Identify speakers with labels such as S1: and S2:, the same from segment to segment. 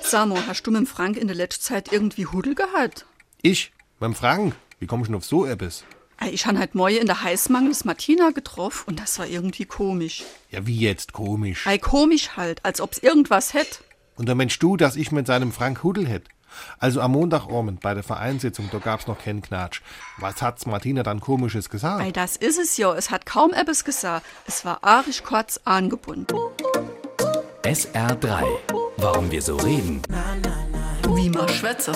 S1: Sag mal, hast du mit dem Frank in der letzten Zeit irgendwie Hudel gehabt?
S2: Ich? Beim Frank? Wie komm ich denn auf so etwas?
S1: Ey, Ich han halt Moje in der Heißmangel des Martina getroffen und das war irgendwie komisch.
S2: Ja, wie jetzt? Komisch.
S1: Ei, komisch halt, als ob's irgendwas hätt.
S2: Und dann meinst du, dass ich mit seinem Frank Hudel hätt? Also am Montagabend bei der Vereinssitzung, da gab's noch keinen Knatsch. Was hat's Martina dann Komisches gesagt?
S1: Ei, Äh, das is es ja. Es hat kaum etwas gesagt. Es war arisch kurz angebunden.
S3: SR3. Warum wir so reden.
S1: Wie man schwätze.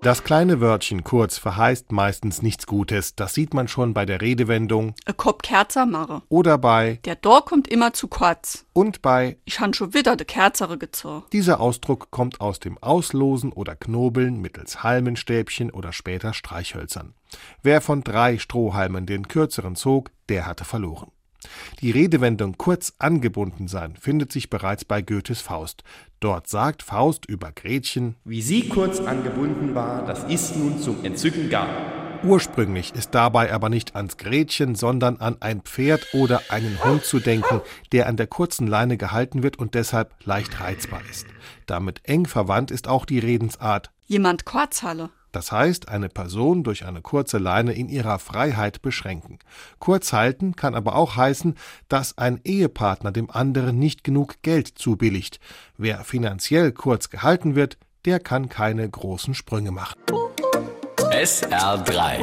S2: Das kleine Wörtchen kurz verheißt meistens nichts Gutes. Das sieht man schon bei der Redewendung
S1: E Kopf Kerzer mache.
S2: oder bei
S1: Der Dor kommt immer zu kurz.
S2: und bei.
S1: Ich han schon wieder de Kerzere gezogen.
S2: Dieser Ausdruck kommt aus dem Auslosen oder Knobeln mittels Halmenstäbchen oder später Streichhölzern. Wer von drei Strohhalmen den kürzeren zog, der hatte verloren. Die Redewendung kurz angebunden sein findet sich bereits bei Goethes Faust. Dort sagt Faust über Gretchen
S4: Wie sie kurz angebunden war, das ist nun zum Entzücken gar.
S2: Ursprünglich ist dabei aber nicht ans Gretchen, sondern an ein Pferd oder einen Hund zu denken, der an der kurzen Leine gehalten wird und deshalb leicht reizbar ist. Damit eng verwandt ist auch die Redensart.
S1: Jemand kurz halle.
S2: Das heißt, eine Person durch eine kurze Leine in ihrer Freiheit beschränken. Kurz halten kann aber auch heißen, dass ein Ehepartner dem anderen nicht genug Geld zubilligt. Wer finanziell kurz gehalten wird, der kann keine großen Sprünge machen.
S3: SR3.